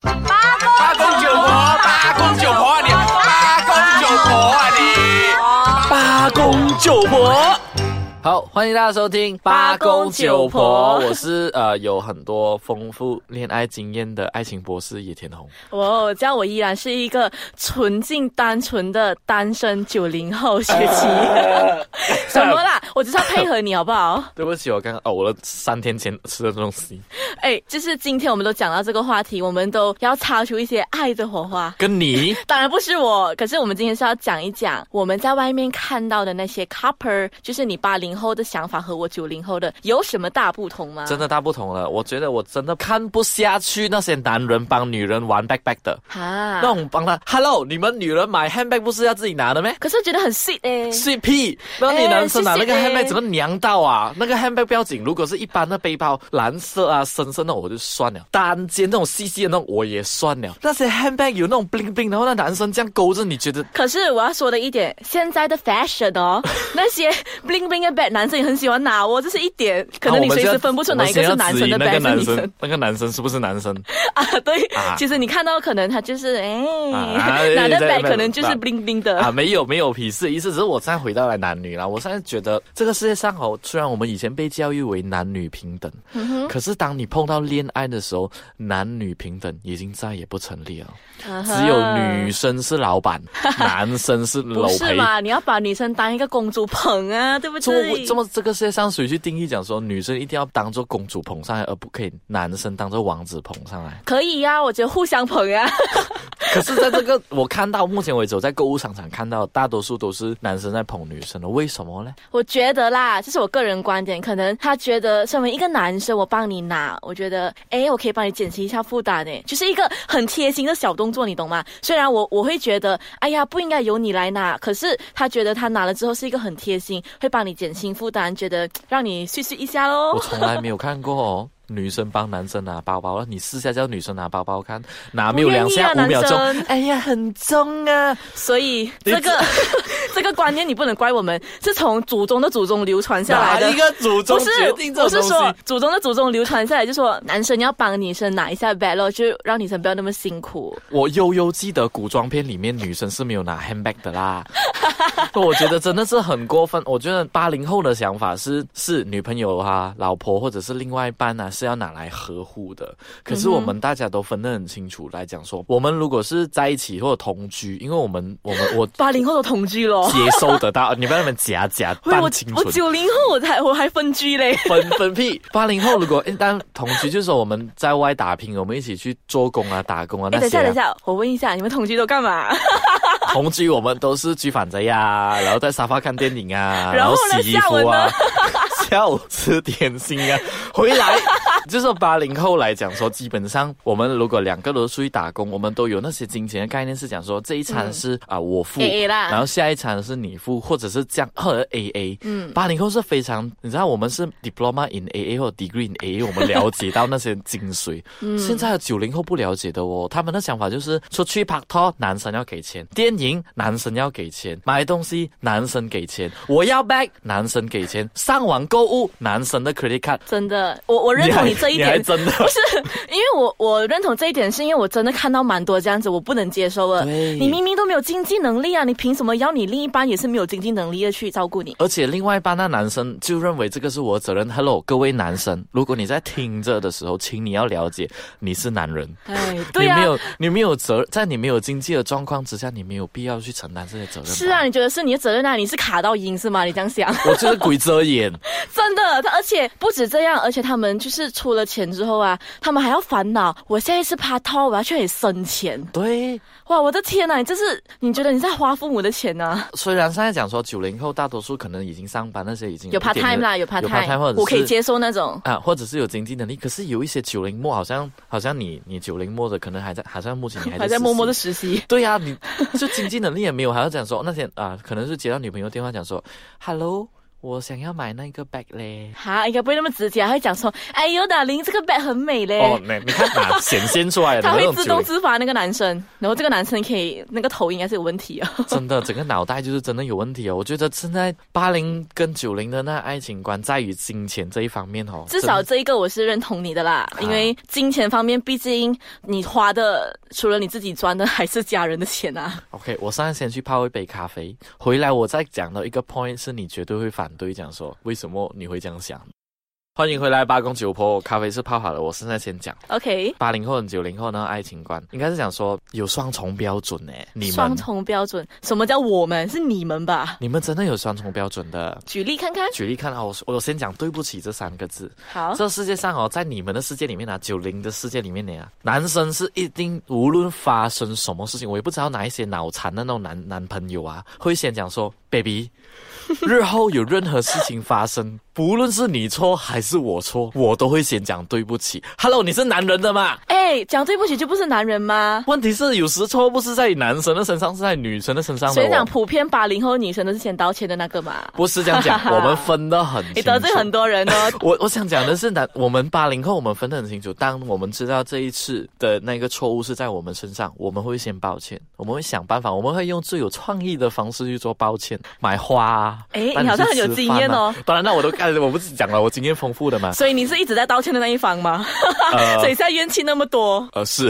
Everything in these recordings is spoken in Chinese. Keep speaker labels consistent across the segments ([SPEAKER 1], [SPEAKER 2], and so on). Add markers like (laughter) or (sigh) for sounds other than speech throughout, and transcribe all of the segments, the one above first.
[SPEAKER 1] 啊九啊婆。啊好，欢迎大家收听《
[SPEAKER 2] 八公九婆
[SPEAKER 1] 我是呃有很多丰富恋爱经验的爱情博士野田红。
[SPEAKER 2] 哦，这样我依然是一个纯净单纯的单身九零后学期。
[SPEAKER 1] (laughs)
[SPEAKER 2] 什么啦？我只是要配合你好不好？ (laughs)
[SPEAKER 1] 对不起，我刚刚呕了三天前吃的东西，
[SPEAKER 2] 哎，就是今天我们都讲到这个话题，我们都要擦出一些爱的火花。
[SPEAKER 1] 跟你
[SPEAKER 2] 当然不是我，可是我们今天是要讲一讲我们在外面看到的那些 couple，就是你八零后的想法和我九零后的有什么大不同吗？
[SPEAKER 1] 真的大不同了。我觉得我真的看不下去那些男人帮女人玩 backpack 的，
[SPEAKER 2] 啊
[SPEAKER 1] 那，种帮他 hello，你们女人买 handbag 不是要自己拿的咩？
[SPEAKER 2] 可是觉得很 sweet 哎、
[SPEAKER 1] 是屁！那你男生拿
[SPEAKER 2] 哎
[SPEAKER 1] 那
[SPEAKER 2] 谢谢
[SPEAKER 1] 个 handbag 怎么娘到啊？那个 handbag 不要紧，如果是一般的背包，蓝色啊、深色那种我就算了，单肩那种细细的那种我也算了。那些 handbag 有那种 bling bling，然后那男生这样勾着，你觉得
[SPEAKER 2] 可是我要说的一点，现在的 fashion
[SPEAKER 1] (laughs)
[SPEAKER 2] 哦，那些 bling bling 的 bag 男生也很喜欢拿哦，这是一点，可
[SPEAKER 1] 啊
[SPEAKER 2] 能你随时分不出哪一个是男生的
[SPEAKER 1] 我们现
[SPEAKER 2] bag
[SPEAKER 1] 在
[SPEAKER 2] 是
[SPEAKER 1] 指引那个男
[SPEAKER 2] 女生 (laughs)
[SPEAKER 1] 生，那个男生是不是男生？
[SPEAKER 2] 啊。对，
[SPEAKER 1] 啊
[SPEAKER 2] 其实你看到可能他就是哎， (laughs)
[SPEAKER 1] 啊
[SPEAKER 2] 拿的
[SPEAKER 1] 对
[SPEAKER 2] bag
[SPEAKER 1] 对
[SPEAKER 2] 可能就是
[SPEAKER 1] 那
[SPEAKER 2] bling bling 的。
[SPEAKER 1] 啊，没有没有鄙视的意思，只是我现在回到来男女啦。我现在觉得这个世界上哦，虽然我们以前被教育为男女平等，
[SPEAKER 2] 嗯
[SPEAKER 1] 可是当你碰到恋爱的时候，男女平等已经再也不成立了。
[SPEAKER 2] 啊哈
[SPEAKER 1] 只有女生是老板，
[SPEAKER 2] (laughs)
[SPEAKER 1] 男生是
[SPEAKER 2] 不
[SPEAKER 1] 楼
[SPEAKER 2] 是
[SPEAKER 1] 陪。
[SPEAKER 2] 嘛？你要把女生当一个公主捧啊，对不
[SPEAKER 1] 这么
[SPEAKER 2] 对？
[SPEAKER 1] 这么这个世界上谁去定义讲说女生一定要当做公主捧上来，而不可以男生当做王子捧上来？ (laughs)
[SPEAKER 2] 可以呀、我觉得互相捧啊。
[SPEAKER 1] 可是，在这个我看到目前为止，我在购物商场看到大多数都是男生在捧女生的，为什么呢？
[SPEAKER 2] 我觉得啦，这是我个人观点，可能他觉得身为一个男生，我帮你拿，我觉得，诶，我可以帮你减轻一下负担，诶，就是一个很贴心的小动作，你懂吗？虽然我我会觉得，哎呀，不应该由你来拿，可是他觉得他拿了之后是一个很贴心，会帮你减轻负担，觉得嘖让你蓄蓄一下
[SPEAKER 1] 我
[SPEAKER 2] 喽。
[SPEAKER 1] 从来没有看过哦。女生帮男生拿包包，你试下叫女生拿包包看，拿没有两下
[SPEAKER 2] 不
[SPEAKER 1] 五
[SPEAKER 2] 愿意啊
[SPEAKER 1] 秒钟
[SPEAKER 2] 男生，
[SPEAKER 1] 哎呀，很重啊！
[SPEAKER 2] 所以
[SPEAKER 1] 你
[SPEAKER 2] 这个这个观念你不能怪我们，是从祖宗的祖宗流传下来
[SPEAKER 1] 哪
[SPEAKER 2] 的
[SPEAKER 1] 一。个祖宗
[SPEAKER 2] 不是
[SPEAKER 1] 决定，这
[SPEAKER 2] 我
[SPEAKER 1] 种
[SPEAKER 2] 是
[SPEAKER 1] 东西？
[SPEAKER 2] 说祖宗的祖宗流传下来，就说 (laughs) 男生要帮女生拿一下 bag 咯，就让女生不要那么辛苦。
[SPEAKER 1] 我悠悠记得古装片里面女生是没有拿 handbag 的啦，我觉得真的是很过分。我觉得八零后的想法是，是女朋友啊、老婆或者是另外一半啊是要拿来呵护的。可是我们大家都分得很清楚来讲说，我们如果是在一起或者同居，因为我们我们我
[SPEAKER 2] 八零后的同
[SPEAKER 1] (laughs)
[SPEAKER 2] 居咯。
[SPEAKER 1] 接收得到，你不要那么假假
[SPEAKER 2] 喂，我
[SPEAKER 1] 扮清
[SPEAKER 2] 我
[SPEAKER 1] 纯。
[SPEAKER 2] 九零后我才我还分居嘞，
[SPEAKER 1] 分分屁！八零后如果一旦同居，就是说我们在外打拼，我们一起去做工啊、打工啊
[SPEAKER 2] 哎，
[SPEAKER 1] (laughs) 那
[SPEAKER 2] 等一
[SPEAKER 1] 些、
[SPEAKER 2] 下，
[SPEAKER 1] 啊
[SPEAKER 2] 等一。下，我问一下，你们同居都干嘛？
[SPEAKER 1] (laughs) 同居我们都是居反贼呀，然后在沙发看电影啊，
[SPEAKER 2] (laughs) 然后呢
[SPEAKER 1] 洗衣服
[SPEAKER 2] 下午
[SPEAKER 1] 啊
[SPEAKER 2] 呢，
[SPEAKER 1] (laughs) 下午吃点心啊，回来 (laughs) 就是八零后来讲说，基本上我们如果两个都出去打工，我们都有那些金钱的概念，是讲说这一餐是啊、我付
[SPEAKER 2] AA 啦
[SPEAKER 1] 然后下一餐是你付，或者是这样或者 A A。嗯，八零后是非常，你知道我们是 diploma in A A 或 degree in A A，我们了解到那些精髓。现在的九零后不了解的哦，他们的想法就是出去拍拖，男生要给钱；电影男生要给钱；买东西男生给钱；我要 bag 男生给钱；上网购物男生的 credit card。
[SPEAKER 2] 真的，我我认同
[SPEAKER 1] 还
[SPEAKER 2] 你这一
[SPEAKER 1] 你还
[SPEAKER 2] 点，
[SPEAKER 1] 真的
[SPEAKER 2] 不是，因为我我认同这一点，是因为我真的看到蛮多这样子，我不能接受了。
[SPEAKER 1] 对
[SPEAKER 2] 你明明都没有经济能力啊，你凭什么要你另一半也是没有经济能力的去照顾你？
[SPEAKER 1] (laughs) 而且另外一半那男生就认为这个是我的责任。Hello，各位男生，如果你在听着的时候，请你要了解，你是男人，
[SPEAKER 2] 哎，对啊
[SPEAKER 1] 你没，有你没有责，在你没有经济的状况之下，你没有必要去承担这些责任。
[SPEAKER 2] 是啊，，你觉得是你的责任啊？你是卡到音是吗？你这样想？
[SPEAKER 1] 我就是鬼遮眼， (laughs)
[SPEAKER 2] 真的，他而且不止这样，而且他们就是出了钱之后啊，他们还要烦恼，我下一次拍拖我要去哪里生钱？
[SPEAKER 1] 对。
[SPEAKER 2] 哇，我的天呐，你这是你觉得你在花父母的钱呢、
[SPEAKER 1] 虽然现在讲说九零后大多数可能已经上班，那些已经
[SPEAKER 2] 有 part
[SPEAKER 1] 一点
[SPEAKER 2] time 啦，有
[SPEAKER 1] 嗯有
[SPEAKER 2] part
[SPEAKER 1] part time 或者是
[SPEAKER 2] 我可以接受那种。
[SPEAKER 1] 啊，或者是有经济能力，可是有一些九零末好像好像你你九零末的可能还在，好像目前你还在
[SPEAKER 2] (laughs) 还在默默的
[SPEAKER 1] 实习。
[SPEAKER 2] 实习，
[SPEAKER 1] 对呀、你就经济能力也没有，还要讲说那天啊，可能是接到女朋友电话讲说，Hello，我想要买那个 bag 嘞。
[SPEAKER 2] 哈，应该不会那么直接，他会讲说，哎呦，达林这个 bag 很美嘞。
[SPEAKER 1] 哦，你你看哪显现出来的
[SPEAKER 2] 他
[SPEAKER 1] 那
[SPEAKER 2] 会
[SPEAKER 1] 种
[SPEAKER 2] 自
[SPEAKER 1] 九
[SPEAKER 2] 动
[SPEAKER 1] 零，
[SPEAKER 2] 自发那个男生，然后这个男生可以那个头应该是有问题啊。
[SPEAKER 1] 真的整个脑袋就是真的有问题哦。我觉得现在八零跟九零的那爱情观在于金钱这一方面哦，
[SPEAKER 2] 至少
[SPEAKER 1] 真
[SPEAKER 2] 这一个我是认同你的啦，
[SPEAKER 1] 啊
[SPEAKER 2] 因为金钱方面，毕竟你花的除了你自己赚的，还是家人的钱啊。
[SPEAKER 1] OK。我现在先去泡一杯咖啡，回来我再讲到一个 point 是你绝对会反对，讲说为什么你会这样想。欢迎回来，八公九婆，咖啡是泡好了，我现在先讲。
[SPEAKER 2] OK，
[SPEAKER 1] 八零后跟九零后呢，爱情观应该是讲说有双重标准呢、你
[SPEAKER 2] 双
[SPEAKER 1] 们
[SPEAKER 2] 重标准，什么叫我们？是你们吧？
[SPEAKER 1] 你们真的有双重标准的。
[SPEAKER 2] 举例看看。
[SPEAKER 1] 举例看啊，我我先讲对不起这三个字。
[SPEAKER 2] 好，
[SPEAKER 1] 这世界上哦，在你们的世界里面啊，九零的世界里面呢、啊男生是一定无论发生什么事情，我也不知道哪一些脑残的那种男男朋友啊，会先讲说，baby，日后有任何事情发生，不论是你错还是我错，我都会先讲对不起。Hello，你是男人的嘛？
[SPEAKER 2] 哎，讲对不起就不是男人吗？
[SPEAKER 1] 问题是有时错不是在男生的身上，是在女生的身上的
[SPEAKER 2] 所以
[SPEAKER 1] 哦
[SPEAKER 2] 讲，。普遍八零后女生都是先道歉的那个嘛。
[SPEAKER 1] 不是这样
[SPEAKER 2] (laughs)
[SPEAKER 1] 讲，我们分得很清楚。
[SPEAKER 2] 你得罪很多人
[SPEAKER 1] (laughs)
[SPEAKER 2] 哦。
[SPEAKER 1] 我我想讲的是男，我们八零后我们分得很清楚。当我们知道这一次的那个错误是在我们身上，我们会先抱歉，我们会想办法，我们会用最有创意的方式去做抱歉，买花、啊。
[SPEAKER 2] 哎
[SPEAKER 1] 带
[SPEAKER 2] 你好像
[SPEAKER 1] 去
[SPEAKER 2] 很有
[SPEAKER 1] 吃
[SPEAKER 2] 经验
[SPEAKER 1] 饭啊
[SPEAKER 2] 哦。。
[SPEAKER 1] 当然，那我都干，我不是讲了，我经验丰富的嘛
[SPEAKER 2] 所以你是一直在道歉的那一方吗？ (laughs) 所
[SPEAKER 1] 呃
[SPEAKER 2] 以现在冤气那么多。
[SPEAKER 1] 呃，是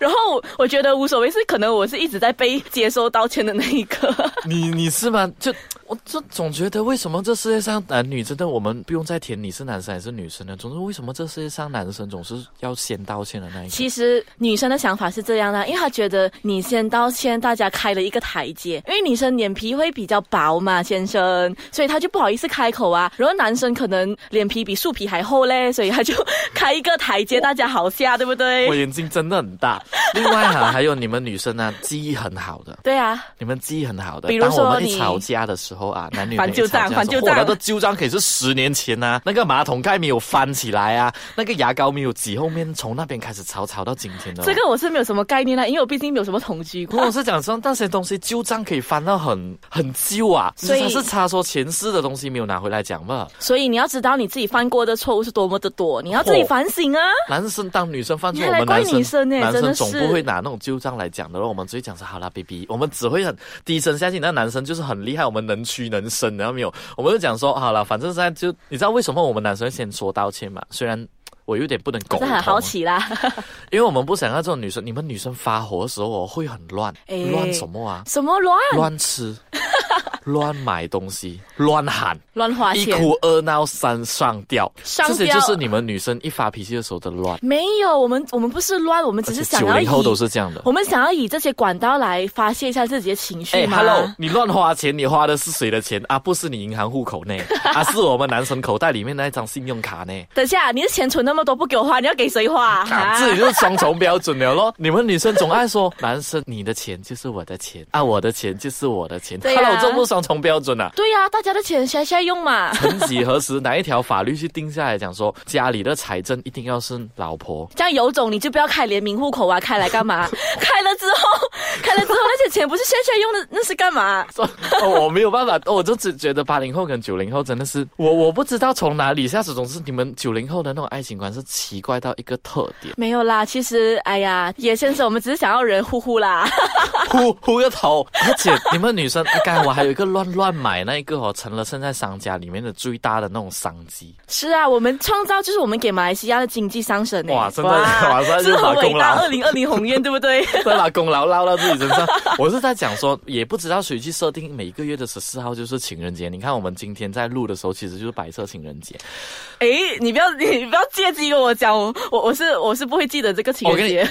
[SPEAKER 2] 然后我觉得无所谓，是可能我是一直在被接收道歉的那一个。
[SPEAKER 1] 你你是吗？就我就总觉得为什么这世界上男女真的我们不用再填你是男生还是女生呢？总之为什么这世界上男生总是要先道歉的那一个？
[SPEAKER 2] 其实女生的想法是这样的，因为她觉得你先道歉，大家开了一个台阶，因为女生脸皮会比较薄嘛，先生，所以她就不好意思开口啊。然后男生可能脸皮比树皮还厚嘞，所以他就开一个台阶，大家好下，对不
[SPEAKER 1] 我
[SPEAKER 2] 对？
[SPEAKER 1] 眼睛真的很大。另外哈、还有你们女生呢、啊记忆很好的，
[SPEAKER 2] 对啊，
[SPEAKER 1] 你们记忆很好的。
[SPEAKER 2] 比如说
[SPEAKER 1] 当我们
[SPEAKER 2] 你
[SPEAKER 1] 一吵架的时候啊，男女
[SPEAKER 2] 翻
[SPEAKER 1] 朋友
[SPEAKER 2] 旧
[SPEAKER 1] 一吵
[SPEAKER 2] 账
[SPEAKER 1] 架
[SPEAKER 2] 翻
[SPEAKER 1] 的时
[SPEAKER 2] 旧
[SPEAKER 1] 候，哇，
[SPEAKER 2] 账
[SPEAKER 1] 那个旧账可是十年前呐、那个马桶盖没有翻起来啊，那个牙膏没有挤后面，从那边开始吵吵到今天的、哦。
[SPEAKER 2] 这个我是没有什么概念啦，因为我毕竟没有什么同居
[SPEAKER 1] 不
[SPEAKER 2] 过。
[SPEAKER 1] 过我是讲说，那些东西旧账可以翻到很很旧啊，
[SPEAKER 2] 所
[SPEAKER 1] 就
[SPEAKER 2] 以
[SPEAKER 1] 是他是差说前世的东西没有拿回来讲嘛。 (laughs)
[SPEAKER 2] 所以你要知道你自己犯过的错误是多么的多，你要自己
[SPEAKER 1] 嚯
[SPEAKER 2] 反省啊。
[SPEAKER 1] 男生当女生犯错，
[SPEAKER 2] 原
[SPEAKER 1] 我
[SPEAKER 2] 来
[SPEAKER 1] 们男
[SPEAKER 2] 怪
[SPEAKER 1] 生
[SPEAKER 2] 女生欸
[SPEAKER 1] 男
[SPEAKER 2] 真
[SPEAKER 1] 生
[SPEAKER 2] 的
[SPEAKER 1] 总
[SPEAKER 2] 是
[SPEAKER 1] 不会拿那种旧账来讲的咯。我们只会讲说好啦，baby，我们只会很低声下气。那男生就是很厉害，我们能屈能伸，然后没有，我们就讲说好了，反正现在就你知道为什么我们男生会先说道歉嘛？虽然。我有点不能苟
[SPEAKER 2] 这
[SPEAKER 1] 同，啊
[SPEAKER 2] 很好奇啦。
[SPEAKER 1] 因为我们不想要这种女生。你们女生发火的时候哦，会很乱，
[SPEAKER 2] 哎
[SPEAKER 1] 乱什么啊？
[SPEAKER 2] 什么乱
[SPEAKER 1] (laughs) 乱吃，乱买东西，乱喊，
[SPEAKER 2] 乱花
[SPEAKER 1] 一
[SPEAKER 2] 钱？
[SPEAKER 1] 哭二闹三上吊，
[SPEAKER 2] 上
[SPEAKER 1] 这些
[SPEAKER 2] 吊
[SPEAKER 1] 就是你们女生一发脾气的时候的乱。
[SPEAKER 2] 没有，我们我们不是乱，我们只是想
[SPEAKER 1] 九
[SPEAKER 2] 要以
[SPEAKER 1] 零后都是这样的。
[SPEAKER 2] 我们想要以这些管道来发泄一下自己的情绪
[SPEAKER 1] 哎
[SPEAKER 2] 嘛。
[SPEAKER 1] ，Hello，你乱花钱，你花的是谁的钱啊？不是你银行户口内， (laughs) 啊，是我们男生口袋里面那一张信用卡呢。
[SPEAKER 2] 等一下，你的钱存那么多不给我花，你要给谁花？
[SPEAKER 1] 啊，这里就是双重标准了咯。 (laughs) 你们女生总爱说，男生你的钱就是我的钱啊，我的钱就是我的钱。
[SPEAKER 2] 对啊
[SPEAKER 1] Hello，这不是双重标准啊？
[SPEAKER 2] 对呀、大家的钱现在
[SPEAKER 1] (laughs)
[SPEAKER 2] 用嘛。
[SPEAKER 1] 曾几何时，哪一条法律去定下来讲说，家里的财政一定要是老婆？ (laughs)
[SPEAKER 2] 这样有种你就不要开联名户口啊，开来干嘛？开了之后，开了之后那些钱不是现在用的，那是干嘛？，
[SPEAKER 1] 说哦，我没有办法，我就只觉得八零后跟九零后真的是，我我不知道从哪里下手，总是你们九零后的那种爱情观是奇怪到一个特点
[SPEAKER 2] (laughs) 没有啦，其实哎呀，野先生，我们只是想要人呼呼啦。 (laughs)
[SPEAKER 1] 呼呼个头，而且你们女生，哎刚才我还有一个乱乱买那一个哦，成了现在商家里面的最大的那种商机，
[SPEAKER 2] 是啊，我们创造就是我们给马来西亚的经济上升、欸。
[SPEAKER 1] 哇真的 (laughs) 马上就是
[SPEAKER 2] 很
[SPEAKER 1] 打
[SPEAKER 2] 伟
[SPEAKER 1] 工
[SPEAKER 2] 大
[SPEAKER 1] 啦
[SPEAKER 2] 二零二零鸿运，对不对？
[SPEAKER 1] 再把功劳捞到自己身上。我是在讲说，也不知道谁去设定每个月的十四号就是情人节。你看我们今天在录的时候，其实就是白色情人节。
[SPEAKER 2] 诶，哎你不要你你不要借机跟我讲，我我我是我是不会记得这个情人节。 (laughs)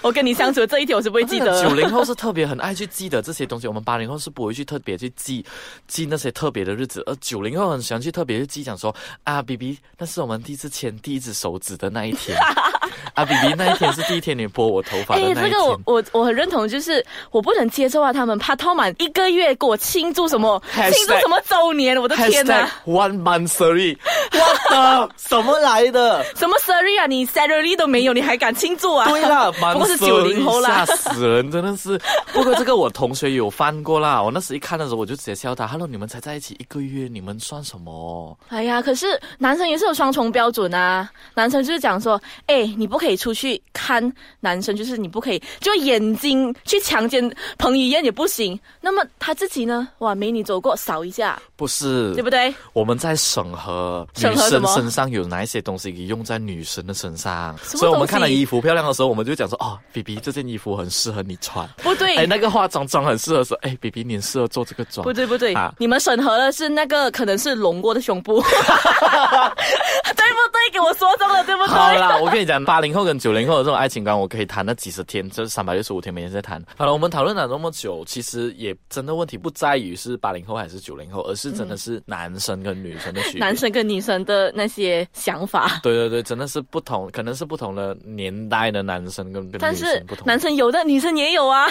[SPEAKER 2] 我跟你相处的这一天，我是不会
[SPEAKER 1] (laughs)
[SPEAKER 2] 记得。
[SPEAKER 1] 九零后是特别很爱去记得这些东西，我们八零后是不会去特别去记记那些特别的日子，而九零后很喜欢去特别去记，讲说啊，B
[SPEAKER 2] (laughs)
[SPEAKER 1] B，那是我们第一次牵第一只手指的那一天。啊比比那一天是第一天你拨我头发的那一
[SPEAKER 2] 哎，
[SPEAKER 1] 天，
[SPEAKER 2] 这个我我我很认同，就是我不能接受啊，他们怕套满一个月给我庆祝什么
[SPEAKER 1] Hashtag
[SPEAKER 2] 庆祝什么周年，我的天哪！
[SPEAKER 1] One month salary，what the 什么来
[SPEAKER 2] (laughs)
[SPEAKER 1] 的？
[SPEAKER 2] 什么 salary 啊，你 salary 都没有，你还敢庆祝啊？ (laughs)
[SPEAKER 1] 对啦，蛮
[SPEAKER 2] 不过是九零后啦
[SPEAKER 1] sorry，吓死人，真的是。不过这个我同学有翻过啦，我那时一看的时候我就直接笑他，Hello，你们才在一起一个月，你们算什么？
[SPEAKER 2] 哎呀，可是男生也是有双重标准啊。男生就是讲说，哎，你不可以出去看男生，就是你不可以，就眼睛去强奸彭于晏也不行。那么他自己呢？哇，美女走过扫一下，
[SPEAKER 1] 不是，
[SPEAKER 2] 对不对？
[SPEAKER 1] 我们在审核女
[SPEAKER 2] 审核什
[SPEAKER 1] 生
[SPEAKER 2] 么
[SPEAKER 1] 身上有哪一些东西可以用在女生的身上，
[SPEAKER 2] 什么
[SPEAKER 1] 所以我们
[SPEAKER 2] 东西
[SPEAKER 1] 看了衣服漂亮的时候，我们就讲说哦，B B 这件衣服很适合你穿，
[SPEAKER 2] 不对，
[SPEAKER 1] 哎，那个化妆妆很适合说，哎，B B 你很适合做这个妆，
[SPEAKER 2] 不对不对，
[SPEAKER 1] 啊
[SPEAKER 2] 你们审核的是那个可能是龙过的胸
[SPEAKER 1] (laughs)
[SPEAKER 2] 部，对不对？给我说中了，对不对？
[SPEAKER 1] 好啦，我跟你讲，八零后跟九零后的这种爱情观，我可以谈那几十天，就是三百六十五天，每天在谈。好了，我们讨论了那么久，其实也真的问题不在于是八零后还是九零后，而是真的是男生跟女生的区别。
[SPEAKER 2] 嗯男生跟女生的那些想法。
[SPEAKER 1] 对对对，真的是不同，可能是不同的年代的男生跟跟
[SPEAKER 2] 但
[SPEAKER 1] 女
[SPEAKER 2] 是
[SPEAKER 1] 生不同，
[SPEAKER 2] 男生有的，女生也有啊。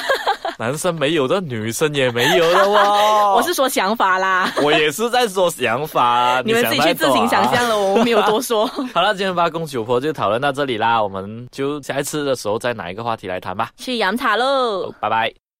[SPEAKER 1] 男生没有的，女生也没有的哇。
[SPEAKER 2] (laughs) 我是说想法啦，
[SPEAKER 1] 我也是在说想法，
[SPEAKER 2] 你们自己去自行想
[SPEAKER 1] 象。
[SPEAKER 2] 象了，我没有多说。
[SPEAKER 1] 好了，今天八公九婆就讨论到这里啦，我们就下一次的时候再拿一个话题来谈吧。
[SPEAKER 2] (laughs) 去养茶喽。
[SPEAKER 1] 拜拜。